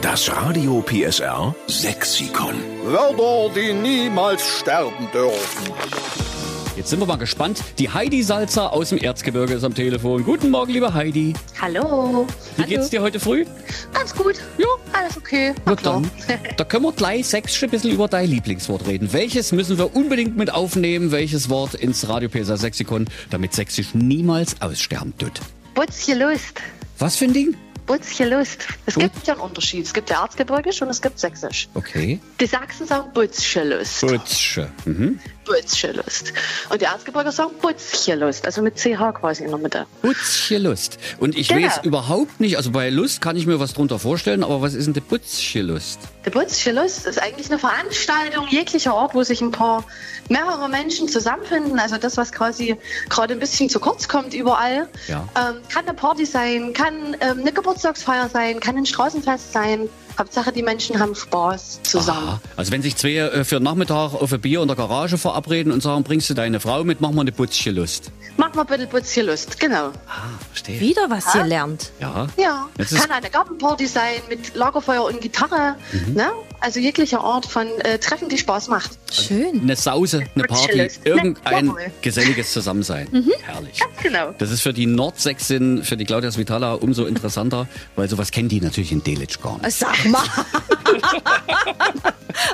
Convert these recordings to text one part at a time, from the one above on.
Das Radio PSR Sexikon. Wörter, die niemals sterben dürfen. Jetzt sind wir mal gespannt. Die Heidi Salzer aus dem Erzgebirge ist am Telefon. Guten Morgen, liebe Heidi. Hallo. Wie geht's dir heute früh? Ganz gut. Ja. Alles okay. Na Ach, ja. dann, da können wir gleich sechs schon ein bisschen über dein Lieblingswort reden. Welches müssen wir unbedingt mit aufnehmen? Welches Wort ins Radio PSR Sexikon, damit Sächsisch niemals aussterben tut? Butzche Lust. Was für ein Ding? Butzche Lust. Es Gut. gibt ja einen Unterschied. Es gibt ja Erzgebirgisch und es gibt Sächsisch. Okay. Die Sachsen sagen Butzche Lust. Butzsche. Mhm. Butzche Lust. Und die Erzgebirger sagen Butzche Lust. Also mit CH quasi in der Mitte. Butzsche Lust. Und ich Genau. weiß überhaupt nicht, also bei Lust kann ich mir was drunter vorstellen, aber was ist denn die Butzsche Lust? Die Butzche Lust ist eigentlich eine Veranstaltung jeglicher Ort, wo sich ein paar mehrere Menschen zusammenfinden. Also das, was quasi gerade ein bisschen zu kurz kommt überall. Ja. Ähm, kann eine Party sein, kann ähm, eine Geburtstagsfeier sein, kann ein Straßenfest sein. Hauptsache, die Menschen haben Spaß zusammen. Aha. Also wenn sich zwei äh, für den Nachmittag auf ein Bier in der Garage verabreden und sagen, bringst du deine Frau mit, machen wir eine Butzsche Lust. Mach mal ein bisschen Butzche Lust, genau. Ah, verstehe. Wieder was gelernt. Ja. Ja, Das ist- kann eine Gartenparty sein mit Lagerfeuer und Gitarre. Mhm. Ne? Also jeglicher Ort von äh, Treffen, die Spaß macht. Schön. Eine Sause, eine Party, Lust. irgendein Ja, jawohl. geselliges Zusammensein. Herrlich. Genau. Das ist für die Nordsächsin, für die Claudia Svitala umso interessanter, weil sowas kennen die natürlich in Delitzsch gar nicht. Sag mal.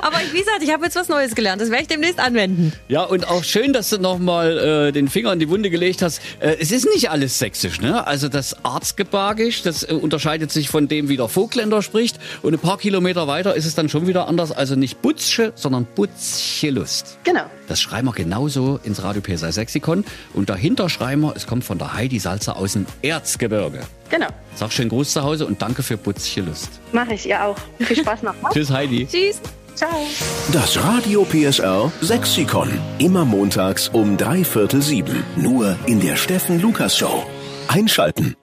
Aber ich, wie gesagt, ich habe jetzt was Neues gelernt. Das werde ich demnächst anwenden. Ja, und auch schön, dass du nochmal äh, den Finger in die Wunde gelegt hast. Äh, es ist nicht alles sächsisch, ne? Also das Arztgebargisch, das äh, unterscheidet sich von dem, wie der Vogtländer spricht. Und ein paar Kilometer weiter ist es dann schon wieder anders. Also nicht Butzsche, sondern Butzchelust. Genau. Das schreiben wir genauso ins Radio PSA Sexikon. Und dahinter schreiben wir, es kommt von der Heidi Salzer aus dem Erzgebirge. Genau. Sag schön Gruß zu Hause und danke für Butzchelust. Mache ich, ihr auch. Viel Spaß noch. Tschüss, Heidi. Tschüss. Ciao. Das Radio PSR Sexikon. Immer montags um drei Viertel sieben. Nur in der Steffen Lukas Show. Einschalten.